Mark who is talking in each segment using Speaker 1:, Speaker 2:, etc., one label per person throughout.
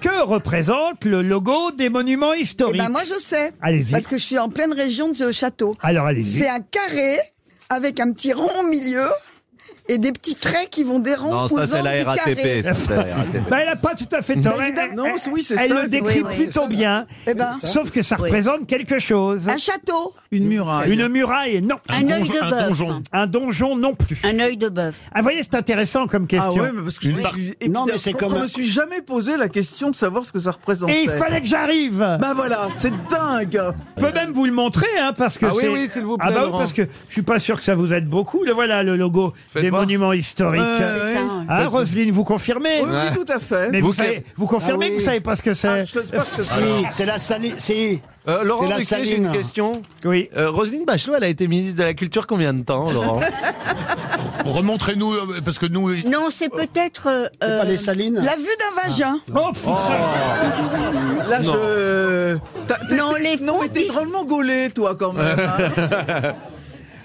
Speaker 1: Que représente le logo des monuments
Speaker 2: Eh
Speaker 1: historiques
Speaker 2: ben moi je sais.
Speaker 1: Allez-y.
Speaker 2: Parce que je suis en pleine région de ce château.
Speaker 1: Alors, allez-y.
Speaker 2: C'est un carré avec un petit rond au milieu et des petits traits qui vont des ronds
Speaker 3: Non,
Speaker 2: aux
Speaker 3: ça c'est
Speaker 2: angles du
Speaker 3: la
Speaker 2: carré.
Speaker 3: RATP. ça, c'est la RATP.
Speaker 1: Bah, elle n'a pas tout à fait tort.
Speaker 2: Bah,
Speaker 1: Elle-
Speaker 2: évidemment.
Speaker 1: elle-
Speaker 4: Non, c'est- oui, c'est
Speaker 1: Elle
Speaker 4: ça.
Speaker 1: le décrit
Speaker 5: oui,
Speaker 1: plutôt bien.
Speaker 2: Eh ben,
Speaker 1: Sauf que ça
Speaker 5: Oui.
Speaker 1: représente quelque chose.
Speaker 2: un château.
Speaker 4: Une muraille.
Speaker 1: Une muraille, non.
Speaker 5: Un œil de bœuf.
Speaker 1: Un donjon, non plus.
Speaker 5: Un œil de bœuf.
Speaker 1: Ah, voyez, c'est intéressant comme
Speaker 4: Ah
Speaker 1: question.
Speaker 4: ouais, mais parce que je,
Speaker 6: Une barre.
Speaker 4: et-
Speaker 7: Non, mais c'est
Speaker 4: je
Speaker 7: comme un-
Speaker 4: me suis jamais posé la question de savoir ce que ça représentait.
Speaker 1: Et il fallait que j'arrive.
Speaker 4: Bah voilà, c'est dingue.
Speaker 1: Je peux même vous le montrer, hein, parce que
Speaker 3: Ah oui,
Speaker 1: c'est.
Speaker 3: oui, s'il vous
Speaker 1: Ah
Speaker 3: plaît,
Speaker 1: bah oui,
Speaker 3: Laurent.
Speaker 1: parce que je suis pas sûr que ça vous aide beaucoup. Le voilà, le logo
Speaker 3: Faites
Speaker 1: des
Speaker 3: voir.
Speaker 1: monuments historiques.
Speaker 4: Euh, oui.
Speaker 2: Ah.
Speaker 1: Hein, Roselyne, vous confirmez
Speaker 4: Oui, oui,
Speaker 3: Ouais.
Speaker 4: tout à fait.
Speaker 1: Mais euh, vous,
Speaker 3: Vous
Speaker 1: savez- vous confirmez
Speaker 7: Ah
Speaker 1: que
Speaker 7: oui.
Speaker 1: vous savez pas ce que
Speaker 4: Ah,
Speaker 1: c'est
Speaker 4: je n'ose pas que ce soit.
Speaker 7: Si, c'est la saline. Si.
Speaker 3: Euh, Laurent
Speaker 7: C'est la
Speaker 3: Ruquier, j'ai
Speaker 7: saline.
Speaker 3: une question.
Speaker 1: Oui.
Speaker 3: Euh, Roselyne Bachelot, elle a été ministre de la Culture combien de temps, Laurent
Speaker 6: Remontrez-nous, euh, parce que nous.
Speaker 5: Non,
Speaker 2: Oh.
Speaker 5: c'est peut-être. euh,
Speaker 7: C'est pas les
Speaker 5: euh,
Speaker 7: salines.
Speaker 2: La vue d'un vagin.
Speaker 1: Oh, pff,
Speaker 4: Là, je. T'as- t'es-
Speaker 5: Non, les
Speaker 4: non, mais t'es
Speaker 5: frontispices.
Speaker 4: drôlement gaulé, toi, quand même. hein.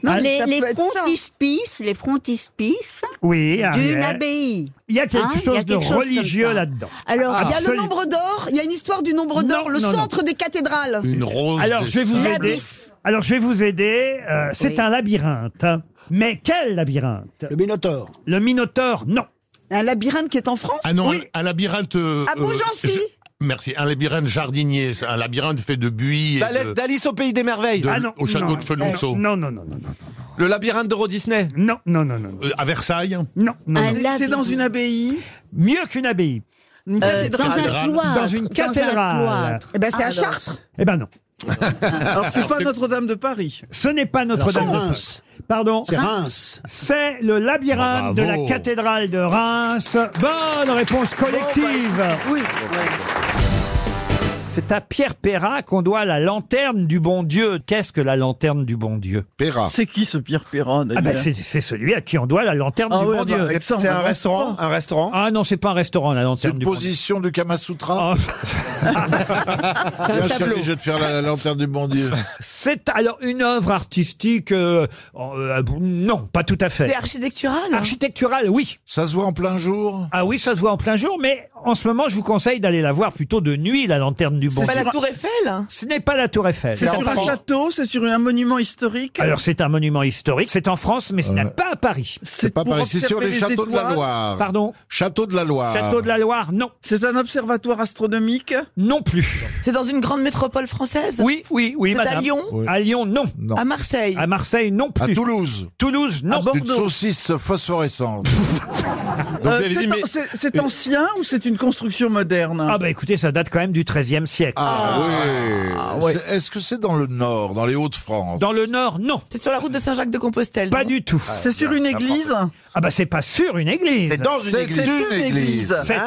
Speaker 5: non,
Speaker 1: Ah,
Speaker 5: les,
Speaker 2: ça
Speaker 5: les
Speaker 2: peut être ça. hein.
Speaker 5: frontispices, les frontispices
Speaker 1: Oui,
Speaker 5: d'une
Speaker 1: Ariel.
Speaker 5: abbaye.
Speaker 1: Ah, Il y a quelque
Speaker 5: Hein, il y a
Speaker 1: chose de
Speaker 5: quelque chose comme
Speaker 1: religieux
Speaker 5: ça. Ah,
Speaker 1: là-dedans.
Speaker 5: Alors,
Speaker 2: Ah, Il y a le
Speaker 1: Absolument.
Speaker 2: nombre d'or. Il y a une histoire du nombre d'or.
Speaker 1: Non,
Speaker 2: Le
Speaker 1: non, non.
Speaker 2: centre des cathédrales.
Speaker 6: Une rose.
Speaker 1: Alors,
Speaker 6: des
Speaker 1: je vais vous
Speaker 6: sables.
Speaker 1: aider.
Speaker 5: L'abysse.
Speaker 1: Alors, je vais vous aider. Euh, c'est
Speaker 5: Oui.
Speaker 1: un labyrinthe. hein. Mais quel labyrinthe
Speaker 7: Le minotaure.
Speaker 1: Le Minotaure, non.
Speaker 2: Un labyrinthe qui est en France.
Speaker 6: Ah non,
Speaker 1: Oui.
Speaker 6: un un labyrinthe. euh,
Speaker 2: À Beaugency.
Speaker 6: je- Merci. Un labyrinthe jardinier. Un labyrinthe fait de buis. et
Speaker 1: Bah,
Speaker 3: D'Alice
Speaker 6: de-
Speaker 3: d'Alice au Pays des Merveilles.
Speaker 6: de-
Speaker 1: Ah non.
Speaker 6: au château
Speaker 1: non, Euh,
Speaker 6: de Chenonceau.
Speaker 1: Non, non, non, non, non,
Speaker 3: Le labyrinthe d'Euro Disney.
Speaker 1: non, non, non, non, non,
Speaker 6: Euh, à Versailles.
Speaker 1: non, non,
Speaker 5: Un
Speaker 1: non.
Speaker 4: C'est- C'est dans une abbaye.
Speaker 1: Mieux qu'une abbaye.
Speaker 4: Une
Speaker 5: euh, dans
Speaker 4: cathédrale.
Speaker 5: un
Speaker 6: cathédrale.
Speaker 5: cloître.
Speaker 1: Dans une cathédrale.
Speaker 5: cloître.
Speaker 2: Eh ben, c'est
Speaker 5: Ah,
Speaker 2: à
Speaker 5: alors,
Speaker 2: Chartres.
Speaker 1: Eh ben non.
Speaker 8: Ah,
Speaker 4: Alors, c'est pas
Speaker 6: c'est-
Speaker 4: Notre-Dame de Paris.
Speaker 1: Ce n'est pas
Speaker 7: Alors, c'est
Speaker 1: Notre-Dame. de
Speaker 7: Reims.
Speaker 1: Pardon.
Speaker 7: C'est Reims.
Speaker 1: C'est le labyrinthe
Speaker 6: Bravo.
Speaker 1: de la cathédrale de Reims. Bonne réponse
Speaker 8: Oh,
Speaker 1: collective.
Speaker 8: bah,
Speaker 4: Oui.
Speaker 1: C'est à Pierre Perrat qu'on doit la lanterne du bon Dieu. Qu'est-ce que la lanterne du bon Dieu
Speaker 3: Péra.
Speaker 4: C'est qui ce Pierre Perrin
Speaker 1: Ah
Speaker 4: d'ailleurs
Speaker 1: ben c'est c'est celui à qui on doit la lanterne
Speaker 4: Ah
Speaker 1: du
Speaker 4: ouais,
Speaker 1: bon
Speaker 4: bah,
Speaker 1: Dieu.
Speaker 4: avec ça, on
Speaker 8: C'est un
Speaker 4: avance
Speaker 8: restaurant,
Speaker 4: pas.
Speaker 8: un restaurant.
Speaker 1: Ah non, c'est pas un restaurant la
Speaker 8: C'est
Speaker 1: lanterne
Speaker 8: une
Speaker 1: du bon Dieu.
Speaker 8: position du Kama Sutra.
Speaker 1: Ah,
Speaker 8: c'est un tableau. Je vais te faire la, la lanterne du bon Dieu.
Speaker 1: c'est alors une œuvre artistique. euh, euh, non, pas tout à fait.
Speaker 2: architectural.
Speaker 1: Architecturale, oui.
Speaker 8: Ça se voit en plein jour.
Speaker 1: Ah oui, ça se voit en plein jour, mais en ce moment, je vous conseille d'aller la voir plutôt de nuit, la lanterne du bon Dieu.
Speaker 4: C'est pas la
Speaker 2: Tour Eiffel.
Speaker 1: Ce n'est pas la Tour Eiffel.
Speaker 4: C'est
Speaker 8: C'est
Speaker 4: sur
Speaker 8: en
Speaker 4: un
Speaker 8: France.
Speaker 4: château, c'est sur un monument historique.
Speaker 1: Alors c'est un monument historique, c'est en France, mais ce
Speaker 8: Euh,
Speaker 1: n'est pas à Paris.
Speaker 8: C'est pas
Speaker 4: pour
Speaker 8: pareil. C'est sur
Speaker 4: observer
Speaker 8: les châteaux de la
Speaker 4: étoiles.
Speaker 8: Loire.
Speaker 1: Pardon
Speaker 8: Château de la Loire.
Speaker 1: Château de la Loire, non.
Speaker 4: C'est un observatoire astronomique.
Speaker 1: Non plus.
Speaker 9: C'est dans une grande métropole française
Speaker 1: Oui, oui, oui,
Speaker 9: C'est à
Speaker 1: madame.
Speaker 9: Lyon
Speaker 8: Oui.
Speaker 1: À Lyon, non. Ah.
Speaker 8: Non.
Speaker 9: À Marseille
Speaker 1: À Marseille, non
Speaker 8: À
Speaker 1: plus.
Speaker 8: Toulouse.
Speaker 1: Toulouse, non.
Speaker 8: Une saucisse phosphorescente. Donc
Speaker 4: Euh,
Speaker 8: vous avez
Speaker 4: c'est
Speaker 8: dit,
Speaker 4: an-
Speaker 8: mais-
Speaker 4: c'est- C'est ancien ou c'est une construction moderne
Speaker 1: Ah bah écoutez, ça date quand même du XIIIe siècle.
Speaker 8: Ah, oui.
Speaker 4: ouais.
Speaker 8: C'est- Est-ce que c'est dans le Nord, dans les Hauts-de-France
Speaker 1: Dans le Nord, non.
Speaker 4: Ah.
Speaker 9: C'est sur la route de Saint-Jacques-de-Compostelle
Speaker 1: Pas
Speaker 9: non
Speaker 1: du tout.
Speaker 8: Ah.
Speaker 4: C'est sur une église
Speaker 1: Ah bah c'est pas sur une église.
Speaker 8: C'est dans une
Speaker 4: C'est
Speaker 8: église.
Speaker 4: une église.
Speaker 1: C'est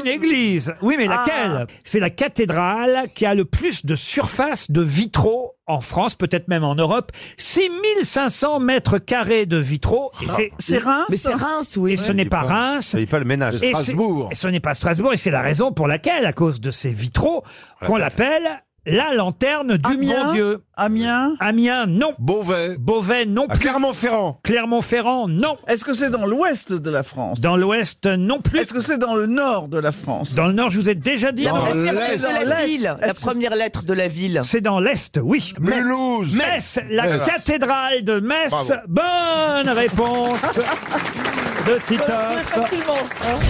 Speaker 1: une église. Oui, mais laquelle C'est la cathédrale qui a le plus de surface de vitraux en France, peut-être même en Europe. 6500 mètres carrés de vitraux. Et c'est-
Speaker 4: C'est Reims
Speaker 9: Mais c'est Reims,
Speaker 1: et
Speaker 9: oui.
Speaker 1: ce n'est pas Reims.
Speaker 3: pas le ménage.
Speaker 1: Et
Speaker 8: Strasbourg.
Speaker 1: c'est- et ce n'est pas Strasbourg, et c'est la raison pour laquelle, à cause de ces vitraux, qu'on l'appelle la lanterne du
Speaker 4: Amiens
Speaker 1: bon Dieu.
Speaker 4: Amiens
Speaker 1: Amiens, non.
Speaker 8: Beauvais.
Speaker 1: Beauvais, non.
Speaker 3: Ah,
Speaker 8: À Clermont-Ferrand.
Speaker 1: Clermont-Ferrand, non.
Speaker 4: Est-ce que c'est dans l'ouest de la France
Speaker 1: Dans l'Ouest, non plus.
Speaker 4: Est-ce que c'est dans le nord de la France
Speaker 1: Dans le Nord, je vous ai déjà dit.
Speaker 9: La
Speaker 8: Dans
Speaker 9: première
Speaker 8: l'Est.
Speaker 9: lettre de
Speaker 4: Dans
Speaker 9: la
Speaker 4: l'Est.
Speaker 9: ville. La première lettre de la ville.
Speaker 1: C'est dans l'Est, oui.
Speaker 8: Mulhouse.
Speaker 1: Metz, la
Speaker 8: Metz.
Speaker 1: cathédrale de Metz.
Speaker 8: Bravo.
Speaker 1: Bonne réponse de Titoff.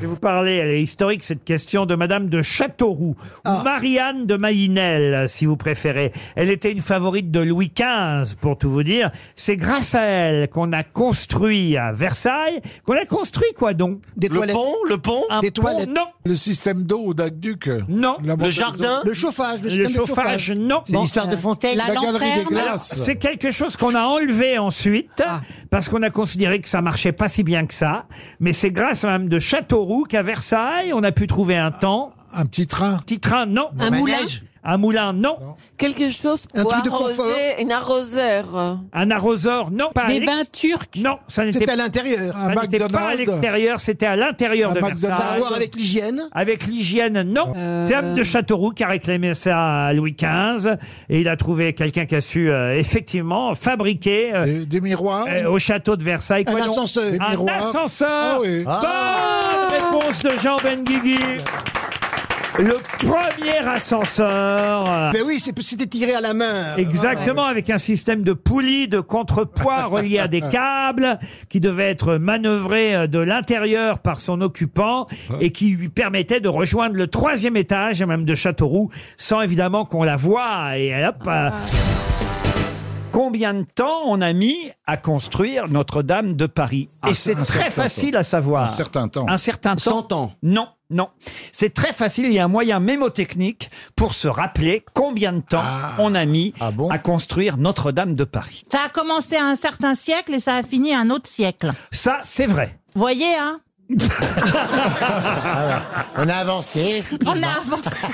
Speaker 1: Je vais vous parler, elle est historique, cette question de Madame de Châteauroux, ou Marianne de Maïnel, si vous préférez. Elle était une favorite de Louis XV, pour tout vous dire. C'est grâce à elle qu'on a construit à Versailles, qu'on a construit quoi donc
Speaker 7: Des
Speaker 3: Le
Speaker 7: toilettes.
Speaker 3: pont, le pont.
Speaker 1: Un
Speaker 7: Des
Speaker 1: pont
Speaker 7: toilettes.
Speaker 1: Non,
Speaker 8: Le système d'eau au Dac-Duc.
Speaker 1: non.
Speaker 8: La
Speaker 3: Le
Speaker 8: montagne-
Speaker 3: jardin.
Speaker 7: Le chauffage. Le,
Speaker 1: Le
Speaker 7: système de
Speaker 1: chauffage, non.
Speaker 7: C'est l'histoire
Speaker 10: euh,
Speaker 7: de Fontaine.
Speaker 8: La, galerie des
Speaker 1: Alors,
Speaker 8: glaces.
Speaker 1: c'est quelque chose qu'on a enlevé ensuite
Speaker 11: Ah.
Speaker 1: parce qu'on a considéré que ça marchait pas si bien que ça. Mais c'est grâce à Madame de Châteauroux qu'à Versailles, on a pu trouver un temps.
Speaker 8: Un petit train.
Speaker 1: Petit train, non.
Speaker 12: Un moulin
Speaker 13: Un moulin, non.
Speaker 11: Quelque chose
Speaker 8: Un
Speaker 11: pour
Speaker 8: truc de
Speaker 11: arroser, une arrosaire.
Speaker 13: Un arroseur, non. Pas à
Speaker 11: Des
Speaker 13: l'ex-
Speaker 11: bains turcs.
Speaker 13: Non, ça n'était
Speaker 11: C'était à l'intérieur.
Speaker 1: Ah,
Speaker 13: Ça
Speaker 11: Un
Speaker 13: n'était pas à
Speaker 11: McDonald's.
Speaker 13: l'extérieur, c'était à l'intérieur
Speaker 11: Un
Speaker 13: de
Speaker 11: McDonald's.
Speaker 13: Versailles.
Speaker 11: Ça a à voir avec
Speaker 13: l'hygiène Avec l'hygiène, non.
Speaker 11: Euh.
Speaker 13: C'est Anne de Châteauroux qui a réclamé ça à Louis XV. Et il a trouvé quelqu'un qui a su euh, effectivement fabriquer... euh,
Speaker 8: Des miroirs
Speaker 13: euh, au château de Versailles.
Speaker 8: Ah, Un
Speaker 13: Quoi donc
Speaker 8: ascenseur. Des
Speaker 13: Un
Speaker 8: miroirs.
Speaker 13: ascenseur.
Speaker 8: Ah oui. Ah.
Speaker 13: Bonne réponse de Jean Benguigui. Le premier ascenseur. euh,
Speaker 7: Mais oui, c'est- c'était tiré à la main.
Speaker 13: Exactement, avec un système de poulies, de contrepoids reliés à des câbles qui devaient être manœuvrés euh, de l'intérieur par son occupant et qui lui permettait de rejoindre le troisième étage, même de Châteauroux, sans évidemment qu'on la voie. Et hop.
Speaker 8: Ah.
Speaker 13: euh,
Speaker 1: Combien de temps on a mis à construire Notre-Dame de Paris Et c'est
Speaker 8: un
Speaker 1: très
Speaker 8: certain
Speaker 1: facile
Speaker 8: temps.
Speaker 1: à savoir.
Speaker 8: Un certain temps.
Speaker 1: Un certain temps. 100 ans. Non, non. C'est très facile. Il y a un moyen mémotechnique pour se rappeler combien de temps
Speaker 8: Ah.
Speaker 1: on a mis à construire Notre-Dame de Paris.
Speaker 5: Ça a commencé à un certain siècle et ça a fini à un autre siècle.
Speaker 1: Ça, c'est vrai.
Speaker 5: Voyez, hein
Speaker 7: On a avancé.
Speaker 5: On a avancé.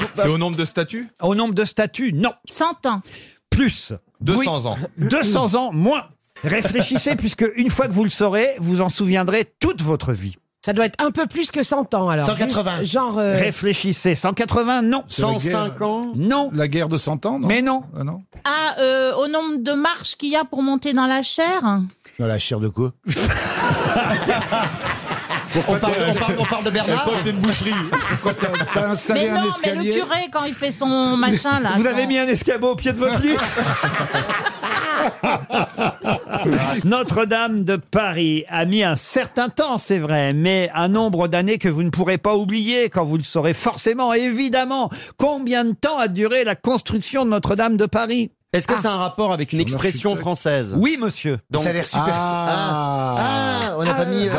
Speaker 1: C'est au nombre de statues Au nombre de statues, non.
Speaker 5: 100 ans.
Speaker 1: Plus.
Speaker 14: 200 ans.
Speaker 1: 200 ans, moins. Réfléchissez, puisque une fois que vous le saurez, vous en souviendrez toute votre vie.
Speaker 10: Ça doit être un peu plus que 100 ans alors.
Speaker 1: 180.
Speaker 10: Juste, genre. euh,
Speaker 1: Réfléchissez. 180, non.
Speaker 8: C'est la guerre-
Speaker 1: ans Non.
Speaker 8: La guerre de 100 ans, non
Speaker 1: Mais non.
Speaker 8: Ah non.
Speaker 5: Ah, euh, au nombre de marches qu'il y a pour monter dans la chair
Speaker 7: Dans la chair de quoi
Speaker 14: Pourquoi on, parle, on, parle, on parle de Bernard
Speaker 8: Pourquoi
Speaker 14: c'est une boucherie Pourquoi t'as
Speaker 5: Mais non, mais le curé, quand il fait son machin là.
Speaker 13: Vous
Speaker 5: son-
Speaker 13: avez mis un escabeau au pied de votre lit
Speaker 1: Notre-Dame de Paris a mis un certain temps, c'est vrai, mais un nombre d'années que vous ne pourrez pas oublier quand vous le saurez forcément, évidemment. Combien de temps a duré la construction de Notre-Dame de Paris
Speaker 3: Est-ce que c'est un rapport avec une expression française
Speaker 1: Oui, monsieur.
Speaker 3: Donc,
Speaker 7: Ça a l'air super. Ah, Ah, on n'a pas mis. euh,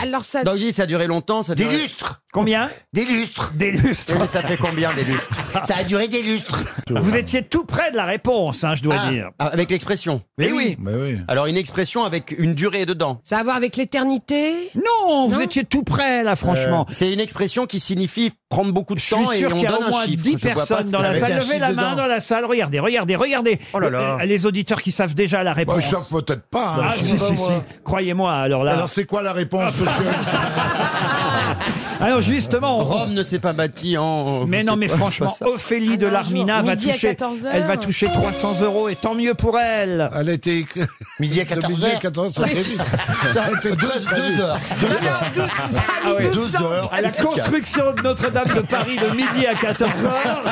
Speaker 10: Alors ça.
Speaker 3: Donc, oui, ça a duré longtemps. Ça a
Speaker 7: Des
Speaker 3: duré-
Speaker 7: lustres.
Speaker 1: Combien
Speaker 7: Des lustres.
Speaker 13: Des lustres.
Speaker 3: Oui, mais ça fait combien des lustres
Speaker 7: Ça a duré des lustres.
Speaker 1: Vous étiez tout près de la réponse, hein, je dois
Speaker 3: Ah,
Speaker 1: dire.
Speaker 3: ah, Avec l'expression.
Speaker 1: Eh oui.
Speaker 3: Alors une expression avec une durée dedans.
Speaker 10: Ça a à voir avec l'éternité
Speaker 1: Non, vous étiez tout près là, franchement.
Speaker 3: Euh, c'est une expression qui signifie prendre beaucoup de
Speaker 1: Je
Speaker 3: temps
Speaker 1: suis
Speaker 3: et
Speaker 1: sûr
Speaker 3: on
Speaker 1: qu'il y a
Speaker 3: donne
Speaker 1: au moins
Speaker 3: un chiffre.
Speaker 1: 10
Speaker 3: Je vois pas
Speaker 1: personnes
Speaker 3: ce
Speaker 1: dans
Speaker 3: que
Speaker 1: la
Speaker 3: c'est.
Speaker 1: salle.
Speaker 3: Avec un
Speaker 1: Levez la
Speaker 3: chiffre
Speaker 1: main
Speaker 3: dedans.
Speaker 1: dans la salle. Regardez, regardez, regardez.
Speaker 3: Oh là là.
Speaker 1: Euh, Les auditeurs qui savent déjà la réponse.
Speaker 8: savent peut-être pas, hein.
Speaker 1: Ah,
Speaker 8: Je
Speaker 1: si,
Speaker 8: sais
Speaker 1: si,
Speaker 8: pas,
Speaker 1: si.
Speaker 8: moi.
Speaker 1: Croyez-moi, alors là.
Speaker 8: Alors c'est quoi la réponse, monsieur
Speaker 1: Alors justement, on-
Speaker 3: Rome ne s'est pas bâtie en.
Speaker 1: Mais
Speaker 3: je
Speaker 1: non,
Speaker 3: sais
Speaker 1: mais
Speaker 3: pas,
Speaker 1: franchement,
Speaker 3: je sais pas ça.
Speaker 1: Ophélie de
Speaker 10: Ah, non,
Speaker 1: Larmina
Speaker 10: jour.
Speaker 1: va
Speaker 10: Midi à
Speaker 1: toucher,
Speaker 10: 14 heures.
Speaker 1: elle va toucher 300 euros et tant mieux pour elle.
Speaker 8: Elle a été...
Speaker 7: Midi à
Speaker 8: Le
Speaker 7: 14
Speaker 8: midi à
Speaker 7: heures.
Speaker 8: 14 ça aurait été-
Speaker 7: Ça
Speaker 8: ça aurait été
Speaker 7: deux, deux heures.
Speaker 10: Ah
Speaker 1: ouais.
Speaker 10: 1200.
Speaker 1: À la construction de Notre-Dame de Paris de midi à 14 heures.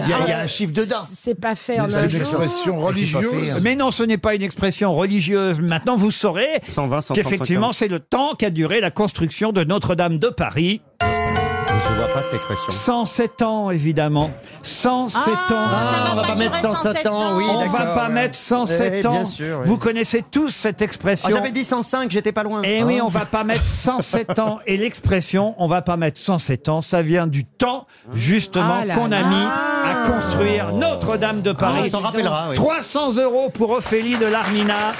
Speaker 7: Il y, a- il y a un chiffre dedans.
Speaker 10: C'est pas fait en
Speaker 8: C'est
Speaker 10: un
Speaker 8: une
Speaker 10: jour.
Speaker 8: expression
Speaker 3: hein.
Speaker 8: religieuse.
Speaker 1: Mais non, ce n'est pas une expression religieuse. Maintenant, vous saurez
Speaker 3: 120, 130,
Speaker 1: qu'effectivement, c'est le temps qu'a duré la construction de Notre-Dame de Paris.
Speaker 3: Je vois pas cette expression.
Speaker 1: 107 ans, évidemment. 107 ans.
Speaker 3: on Ah, va pas mettre 107 ans, oui.
Speaker 1: On va
Speaker 3: d'accord,
Speaker 1: pas
Speaker 3: ouais.
Speaker 1: mettre 107
Speaker 3: Eh, bien
Speaker 1: ans.
Speaker 3: sûr, oui.
Speaker 1: Vous connaissez tous cette
Speaker 3: Ah,
Speaker 1: expression.
Speaker 3: J'avais dit 105, j'étais pas loin.
Speaker 1: Eh oui, on va pas mettre 107 ans. Et l'expression, on va pas mettre 107 ans, ça vient du temps, justement,
Speaker 10: Ah là
Speaker 1: qu'on a
Speaker 10: là.
Speaker 1: mis à construire Notre-Dame de Paris.
Speaker 3: on s'en rappellera, oui.
Speaker 1: 300 euros pour Ophélie de Larmina.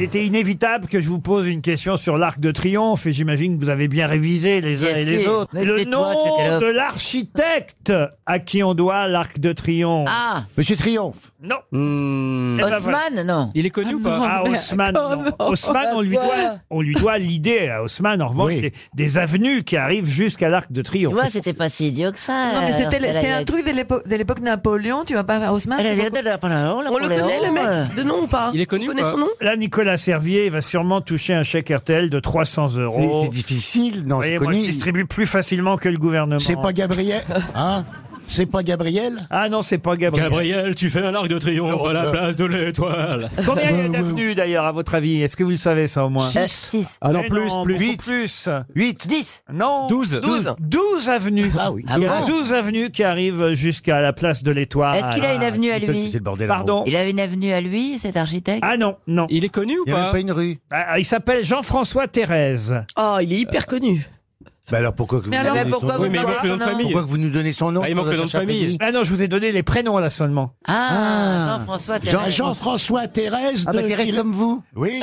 Speaker 1: Il était inévitable que je vous pose une question sur l'Arc de Triomphe et j'imagine que vous avez bien révisé les uns
Speaker 7: Bien
Speaker 1: et les
Speaker 7: sûr.
Speaker 1: autres.
Speaker 7: Mais
Speaker 1: Le
Speaker 7: tais-toi,
Speaker 1: nom
Speaker 7: Tchékalov.
Speaker 1: de l'architecte à qui on doit l'Arc de Triomphe.
Speaker 5: Ah,
Speaker 7: Monsieur Triomphe.
Speaker 13: Non. Eh ben voilà.
Speaker 5: Osman, non.
Speaker 1: Il est connu ou pas Ah, Haussmann, non. Haussmann, on lui
Speaker 5: Pourquoi
Speaker 1: doit, on lui doit l'idée
Speaker 13: hein,
Speaker 1: à Haussmann, en revanche, des, des avenues qui arrivent jusqu'à l'Arc de Triomphe.
Speaker 5: c'était pas si idiot que ça.
Speaker 12: Non, mais c'était c'était un truc de l'époque de l'époque Napoléon, tu vas pas à
Speaker 7: hein,
Speaker 12: Haussmann c'est beaucoup- On le connaît, le mec, de nom ou pas
Speaker 3: Il est connu
Speaker 12: On
Speaker 3: ou
Speaker 12: connaît
Speaker 3: pas
Speaker 12: son nom
Speaker 13: Là, Nicolas Servier va sûrement toucher un chèque RTL de 300
Speaker 1: Oh.
Speaker 13: euros.
Speaker 7: C'est difficile. Non,
Speaker 13: Vous voyez,
Speaker 7: c'est
Speaker 13: moi, je
Speaker 7: connu.
Speaker 13: distribue plus facilement que le gouvernement.
Speaker 7: C'est pas Gabriel. Hein C'est pas Gabriel
Speaker 13: Ah non, c'est pas Gabriel.
Speaker 4: Gabriel, tu fais un arc de triomphe à la place de l'étoile.
Speaker 13: Combien il y a d'avenues, d'ailleurs, à votre avis Est-ce que vous le savez, ça, au moins
Speaker 15: Ah
Speaker 4: Alors
Speaker 13: Mais
Speaker 4: Ah plus,
Speaker 13: non,
Speaker 4: plus.
Speaker 13: beaucoup plus.
Speaker 7: 8. 10.
Speaker 13: Non.
Speaker 4: 12.
Speaker 13: 12. 12 avenues.
Speaker 7: Ah oui.
Speaker 13: Il y a 12 avenues qui arrivent jusqu'à la place de l'Étoile.
Speaker 16: Est-ce qu'il a
Speaker 7: Ah,
Speaker 16: une avenue à lui
Speaker 7: C'est le bordel.
Speaker 13: Pardon
Speaker 16: Il a une avenue à lui, cet architecte
Speaker 13: Ah non, non.
Speaker 4: Il est connu ou
Speaker 7: Il n'y a
Speaker 4: pas
Speaker 7: pas une rue.
Speaker 13: Ah, Il s'appelle Jean-François Thérèse.
Speaker 12: Oh, il est hyper connu.
Speaker 7: Bah alors pourquoi que
Speaker 15: Mais alors, pourquoi vous Oui, mais il manque le nom de famille.
Speaker 7: Pourquoi que vous nous donnez son nom
Speaker 15: Ah, il manque
Speaker 7: euh,
Speaker 15: le nom de
Speaker 7: Sacha
Speaker 15: famille.
Speaker 7: Penny
Speaker 1: Ah non, je vous ai donné les prénoms là seulement.
Speaker 15: Ah,
Speaker 7: Ah.
Speaker 15: Jean-François
Speaker 7: Jean-
Speaker 15: Thérèse.
Speaker 7: Jean-François Thérèse.
Speaker 15: Ah, bah,
Speaker 7: de-
Speaker 15: Thérèse
Speaker 7: il-
Speaker 15: comme vous.
Speaker 7: Oui.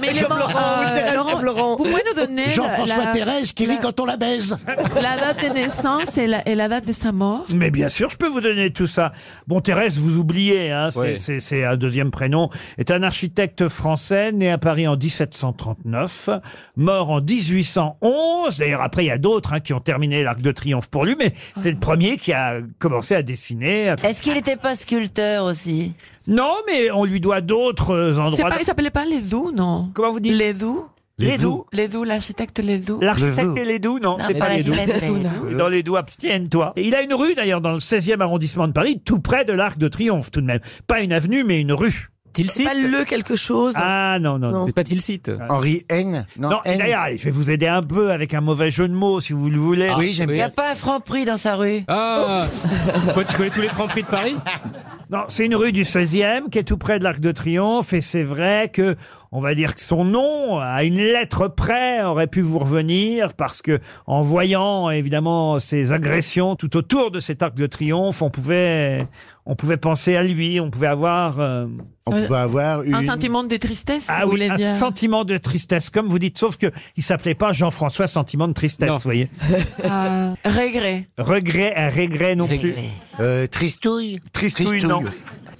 Speaker 12: Mais il est mort. euh, Laurent, vous pouvez nous donner.
Speaker 7: Jean-François
Speaker 12: la-
Speaker 7: Thérèse qui rit
Speaker 12: la-
Speaker 7: quand on la baise.
Speaker 12: La date de naissance et la, et la date de sa mort.
Speaker 1: Mais bien sûr, je peux vous donner tout ça. Bon, Thérèse, vous oubliez, hein, c'est-
Speaker 12: Oui.
Speaker 1: c'est c'est un deuxième prénom, est un architecte français né à Paris en 1739, mort en 1811. D'ailleurs, après, il y a d'autres hein, qui ont terminé l'Arc de Triomphe pour lui, mais c'est le premier qui a commencé à dessiner.
Speaker 15: Est-ce qu'il n'était pas sculpteur aussi
Speaker 1: Non, mais on lui doit d'autres euh,
Speaker 12: C'est
Speaker 1: endroits.
Speaker 12: pas, il s'appelait pas Ledoux, non
Speaker 1: Comment vous dites
Speaker 12: Ledoux
Speaker 1: Ledoux.
Speaker 12: Ledoux, l'architecte Ledoux.
Speaker 1: L'architecte et les doux, non, c'est pas les doux. Dans les doux, abstienne-toi. Et Il a une rue d'ailleurs dans le 16e arrondissement de Paris, tout près de l'Arc de Triomphe tout de même. Pas une avenue, mais une rue.
Speaker 9: C'est Pas le quelque chose.
Speaker 1: Ah non, non. non.
Speaker 9: Non.
Speaker 1: C'est pas Tilsit.
Speaker 7: Euh, Henri Heng.
Speaker 1: Non, et d'ailleurs, allez, je vais vous aider un peu avec un mauvais jeu de mots si vous le voulez.
Speaker 7: Ah, oui, j'aime
Speaker 15: Il n'y a pas un franc prix dans sa rue.
Speaker 17: Ah Pourquoi tu connais tous les francs prix de Paris
Speaker 1: Non, c'est une rue du 16e qui est tout près de l'Arc de Triomphe et c'est vrai que on va dire que son nom à une lettre près aurait pu vous revenir parce que en voyant évidemment ces agressions tout autour de cet Arc de Triomphe, on pouvait on pouvait penser à lui, on pouvait avoir euh,
Speaker 7: On pouvait avoir une...
Speaker 12: Un sentiment de tristesse,
Speaker 1: ah
Speaker 12: vous
Speaker 1: oui,
Speaker 12: voulez
Speaker 1: un
Speaker 12: dire
Speaker 1: sentiment de tristesse comme vous dites sauf que il s'appelait pas Jean-François sentiment de tristesse, vous voyez.
Speaker 12: Euh, Regret.
Speaker 1: Regret, un regret non plus.
Speaker 7: Euh, Tristouille.
Speaker 1: Tristouille, non.